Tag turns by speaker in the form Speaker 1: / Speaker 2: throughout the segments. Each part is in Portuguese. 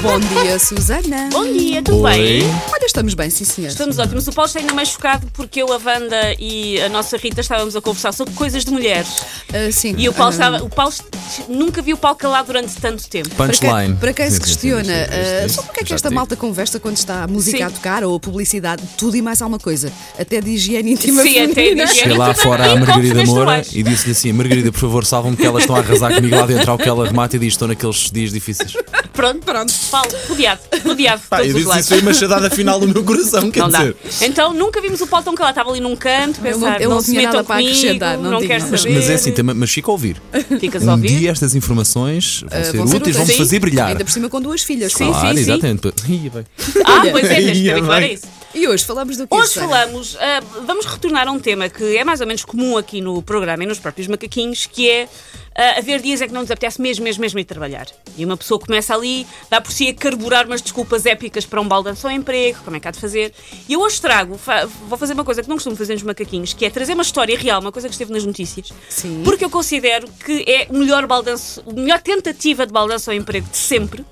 Speaker 1: Bom dia, Susana.
Speaker 2: Bom dia, tudo bem?
Speaker 1: Olha, estamos bem, sim, senhor.
Speaker 2: Estamos ótimos. O Paulo está ainda mais chocado porque eu, a Wanda e a nossa Rita estávamos a conversar sobre coisas de mulheres.
Speaker 1: Ah, sim.
Speaker 2: E o Paulo
Speaker 1: Ah,
Speaker 2: estava. O Paulo nunca viu o Paulo calado durante tanto tempo.
Speaker 1: Para quem,
Speaker 3: Punchline.
Speaker 1: para quem se
Speaker 3: Sim, sim, sim,
Speaker 1: questiona,
Speaker 3: sim, sim, sim,
Speaker 1: ah,
Speaker 3: sim.
Speaker 1: só porque é que
Speaker 3: Já
Speaker 1: esta
Speaker 3: te digo.
Speaker 1: malta conversa quando está a música
Speaker 2: Sim.
Speaker 1: a tocar ou a publicidade, tudo e mais alguma coisa, até de higiene íntima
Speaker 2: Sim, é até
Speaker 1: feminina.
Speaker 2: de higiene.
Speaker 3: Cheguei
Speaker 2: E
Speaker 3: lá
Speaker 2: tu
Speaker 3: fora
Speaker 2: também
Speaker 3: à Margarida
Speaker 2: corres
Speaker 3: Moura
Speaker 2: nas tuas.
Speaker 3: e disse-lhe assim: Margarida, por favor, salvam-me que elas estão a arrasar comigo lá dentro. Ao que ela remata e diz: Estou naqueles dias difíceis.
Speaker 2: Pronto, pronto. Paulo, rodeado, rodeado de
Speaker 3: Pá,
Speaker 2: todos
Speaker 3: eu
Speaker 2: os
Speaker 3: disse
Speaker 2: lados.
Speaker 3: isso foi uma chadada final no meu coração, quer
Speaker 2: Não dá.
Speaker 3: dizer.
Speaker 2: Então nunca vimos o Paulo tão calado. Estava ali num canto,
Speaker 1: Eu não-
Speaker 2: pensar,
Speaker 1: eu não
Speaker 2: se
Speaker 1: tinha
Speaker 2: metam
Speaker 1: nada para
Speaker 2: comigo,
Speaker 1: acrescentar, não digo
Speaker 2: quero
Speaker 1: nada.
Speaker 2: saber.
Speaker 3: Mas é assim, também- mas fica a ouvir.
Speaker 2: Ficas a
Speaker 3: Um
Speaker 2: ouvir?
Speaker 3: dia estas informações vão
Speaker 1: Ah,
Speaker 3: ser
Speaker 1: vão
Speaker 3: úteis,
Speaker 1: ser
Speaker 3: vão me
Speaker 1: úteis.
Speaker 3: fazer brilhar.
Speaker 1: Ainda por cima com duas filhas.
Speaker 2: Sim,
Speaker 1: claro.
Speaker 3: claro,
Speaker 2: sim.
Speaker 3: exatamente. Ih, bem.
Speaker 2: Ah, pois é, tens de te
Speaker 3: Ia
Speaker 2: habituar a
Speaker 3: bem.
Speaker 2: isso.
Speaker 1: E hoje falamos do que
Speaker 2: Hoje falamos, ah, vamos retornar a um tema que é mais ou menos comum aqui no programa e nos próprios macaquinhos, que é ah, haver dias em que não nos apetece mesmo, mesmo, mesmo ir trabalhar. E uma pessoa começa ali, dá por si a carburar umas desculpas épicas para um baldanço ao emprego, como é que há de fazer. E eu hoje trago, fa- vou fazer uma coisa que não costumo fazer nos macaquinhos, que é trazer uma história real, uma coisa que esteve nas notícias,
Speaker 1: Sim.
Speaker 2: porque eu considero que é o melhor baldanço, a melhor tentativa de baldanço ao emprego de sempre.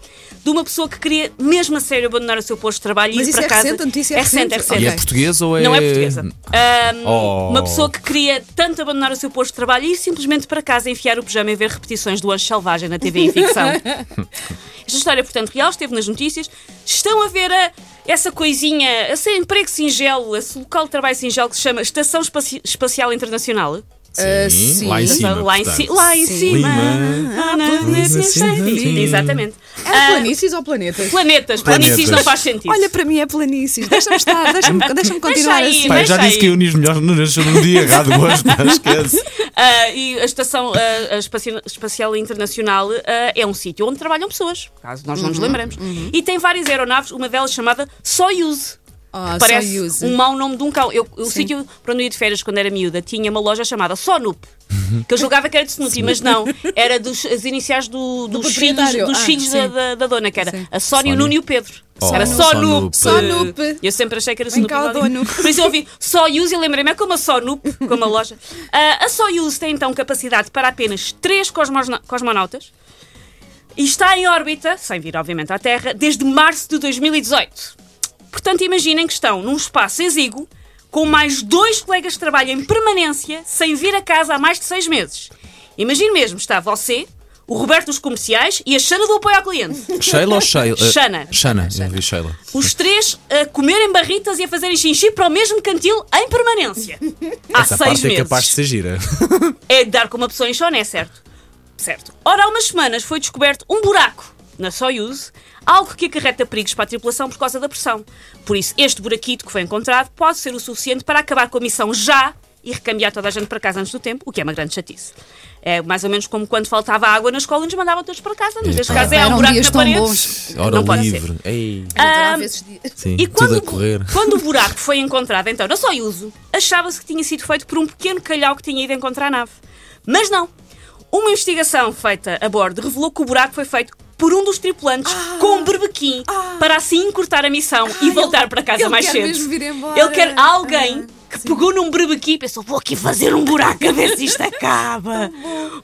Speaker 2: De uma pessoa que queria mesmo a sério abandonar o seu posto de trabalho
Speaker 1: Mas
Speaker 2: e ir
Speaker 1: isso
Speaker 2: para
Speaker 1: é
Speaker 2: casa.
Speaker 1: recente, a notícia é
Speaker 2: recente, é
Speaker 1: recente?
Speaker 2: recente.
Speaker 3: E é
Speaker 1: Ok.
Speaker 3: portuguesa ou é.
Speaker 2: Não é portuguesa. Ahm,
Speaker 3: Oh.
Speaker 2: Uma pessoa que queria tanto abandonar o seu posto de trabalho e ir simplesmente para casa enfiar o pijama e ver repetições do Anjo Selvagem na TV em ficção. Esta história, portanto, real, esteve nas notícias. Estão a ver a- essa coisinha, esse emprego singelo, esse local de trabalho singelo que se chama Estação Espaci- Espacial Internacional.
Speaker 1: Ah, sim.
Speaker 3: Sim, lá em cima.
Speaker 2: lá, em ci-
Speaker 3: portanto.
Speaker 2: lá em
Speaker 1: Sim.
Speaker 2: cima.
Speaker 3: Lima.
Speaker 2: Ah, na-
Speaker 3: Lima, sim, sim.
Speaker 2: Exatamente.
Speaker 1: É planícies ou planetas?
Speaker 2: Planetas, Ah, planícies
Speaker 3: Planetas.
Speaker 2: não faz sentido.
Speaker 1: Olha, para mim é planícies. Deixa-me estar, deixa-me deixa continuar
Speaker 2: aí,
Speaker 1: assim.
Speaker 3: Pá, eu já
Speaker 2: Deixa
Speaker 3: disse
Speaker 2: aí.
Speaker 3: que eu unis melhor no num dia errado hoje, mas esquece.
Speaker 2: Ah, e a Estação ah, a Espaci- Espacial Internacional ah, é um sítio onde trabalham pessoas, caso nós não
Speaker 1: Uhum.
Speaker 2: nos lembramos. E tem várias aeronaves, uma delas chamada Soyuz.
Speaker 1: Ah,
Speaker 2: que parece
Speaker 1: Soyuz.
Speaker 2: um mau nome de um cão. Eu, o sítio para onde eu ia de férias quando era miúda tinha uma loja chamada Sonup. Que eu julgava que era de Snoopy, mas não. Era dos as iniciais do- dos filhos,
Speaker 1: proprietário.
Speaker 2: dos
Speaker 1: Ah,
Speaker 2: filhos da,
Speaker 1: sim.
Speaker 2: da- da dona, que era
Speaker 1: Sim.
Speaker 2: a Sónia, o Nuno e o Pedro.
Speaker 3: Oh,
Speaker 2: era Sonup.
Speaker 3: Sonup.
Speaker 1: Sonup.
Speaker 2: eh, Eu sempre achei que era
Speaker 1: Vem
Speaker 2: Snoopy.
Speaker 1: cá,
Speaker 2: não é?
Speaker 1: dono.
Speaker 2: Por isso eu ouvi Soyuz e lembrei-me, é como a Sonup, como a loja. Ah, a Soyuz tem então capacidade para apenas três cosmosna- cosmonautas e está em órbita, sem vir obviamente à Terra, desde março de 2018. Portanto, imaginem que estão num espaço exíguo com mais dois colegas de trabalho em permanência sem vir a casa há mais de seis meses. Imagine mesmo, está você, o Roberto dos Comerciais e a Xana do apoio ao cliente.
Speaker 3: Sheila ou Sheila?
Speaker 2: Shana.
Speaker 3: Shana, eu vi Sheila.
Speaker 2: Os três a comerem barritas e a fazerem xixi para o mesmo cantil em permanência. Há
Speaker 3: Essa
Speaker 2: seis
Speaker 3: parte é
Speaker 2: meses.
Speaker 3: capaz de ser gira.
Speaker 2: É de dar com uma pessoa em chão, não é certo? Certo. Ora, há umas semanas foi descoberto um buraco na Soyuz, algo que acarreta perigos para a tripulação por causa da pressão. Por isso, este buraquito que foi encontrado pode ser o suficiente para acabar com a missão já e recambiar toda a gente para casa antes do tempo, o que é uma grande chatice. É mais ou menos como quando faltava água na escola e nos mandavam todos para casa, mas neste
Speaker 3: Epá.
Speaker 2: caso é há um
Speaker 1: Eram
Speaker 2: buraco
Speaker 1: dias
Speaker 2: na
Speaker 1: tão
Speaker 2: parede. Ah,
Speaker 1: bons.
Speaker 3: Hora
Speaker 2: Não pode ser.
Speaker 3: livre. Ei.
Speaker 1: Eu adorava esses dias.
Speaker 3: Sim,
Speaker 2: E quando,
Speaker 3: tudo a correr.
Speaker 2: quando o buraco foi encontrado, então, na Soyuzo, achava-se que tinha sido feito por um pequeno calhau que tinha ido encontrar a nave. Mas não. Uma investigação feita a bordo revelou que o buraco foi feito por um dos tripulantes com um berbequim para assim encurtar a missão e voltar para casa
Speaker 1: Ah. ele
Speaker 2: mais
Speaker 1: quer
Speaker 2: cedo.
Speaker 1: mesmo vir embora. Ah,
Speaker 2: Ele quer alguém que pegou num berbequim e pensou: vou aqui fazer um buraco a ver se isto acaba.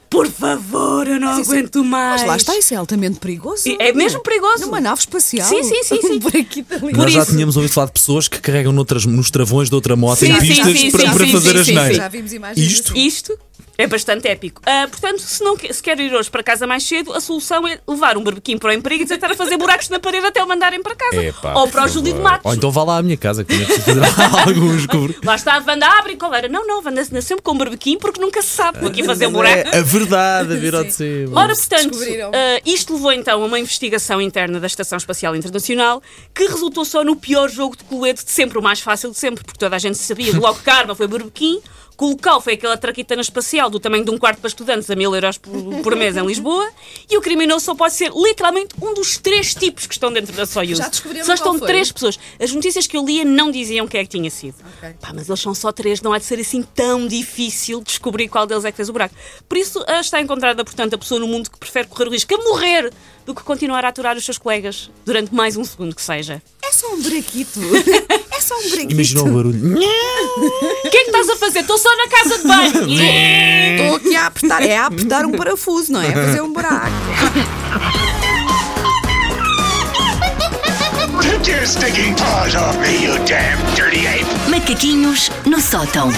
Speaker 2: Por favor, eu não
Speaker 1: Sim, sim.
Speaker 2: aguento mais.
Speaker 1: Mas lá está, isso é altamente perigoso.
Speaker 2: É mesmo perigoso.
Speaker 1: Numa nave espacial. Um
Speaker 2: Sim, sim, sim, sim.
Speaker 1: Por aqui dali.
Speaker 2: Por
Speaker 3: Nós já
Speaker 2: isso-
Speaker 3: tínhamos ouvido falar de pessoas que carregam noutras, nos travões de outra moto
Speaker 2: Sim,
Speaker 3: em
Speaker 2: sim,
Speaker 3: pistas
Speaker 2: sim,
Speaker 3: para,
Speaker 2: sim,
Speaker 3: para
Speaker 2: sim,
Speaker 3: fazer
Speaker 2: sim,
Speaker 3: as
Speaker 2: sim,
Speaker 3: neiras.
Speaker 1: Já vimos imagens
Speaker 3: Isto?
Speaker 2: Isto é bastante épico. Ah, portanto, se, não, que- se quer ir hoje para casa mais cedo, a solução é levar um barbequinho para o emprego e tentar fazer buracos na parede até o mandarem para casa.
Speaker 3: Epá,
Speaker 2: Ou para o
Speaker 3: por
Speaker 2: Júlio de
Speaker 3: favor.
Speaker 2: Matos.
Speaker 3: Ou então vá lá à minha casa, que eu preciso fazer alguns cobros.
Speaker 2: Lá está a Wanda, abre e coleira. Não, não, Wanda nasce sempre com um barbequinho porque nunca se sabe. Vou aqui fazer um buraco.
Speaker 3: Ah, É a verdade a vir ao de cima.
Speaker 2: Ora, portanto,
Speaker 1: descobriram.
Speaker 2: ah, isto levou então a uma investigação interna da Estação Espacial Internacional que resultou só no pior jogo de colete de sempre, o mais fácil de sempre, porque toda a gente sabia logo que a arma foi berbequim, que o local foi aquela traquitana espacial do tamanho de um quarto para estudantes a mil euros por, por mês em Lisboa e o criminoso só pode ser literalmente um dos três tipos que estão dentro da Soyuz.
Speaker 1: Já descobriram
Speaker 2: só
Speaker 1: qual
Speaker 2: estão
Speaker 1: foi?
Speaker 2: três pessoas. As notícias que eu lia não diziam quem é que tinha sido.
Speaker 1: Ok.
Speaker 2: Pá, mas eles são só três, não há de ser assim tão difícil descobrir qual deles é que fez o buraco. Por isso, ah, está encontrada, portanto, a pessoa no mundo que prefere correr o risco a morrer do que continuar a aturar os seus colegas durante mais um segundo que seja.
Speaker 1: É só um buraquito. É só um buraquito.
Speaker 3: Imaginou o barulho.
Speaker 2: O que é que estás a fazer? Estou só na casa de banho! Yeah!
Speaker 1: Estou estou aqui a apertar. É a apertar um parafuso, não é? É fazer um buraco.
Speaker 4: Take your stinking paws off me, you damn dirty ape!
Speaker 5: Macaquinhos no sótão.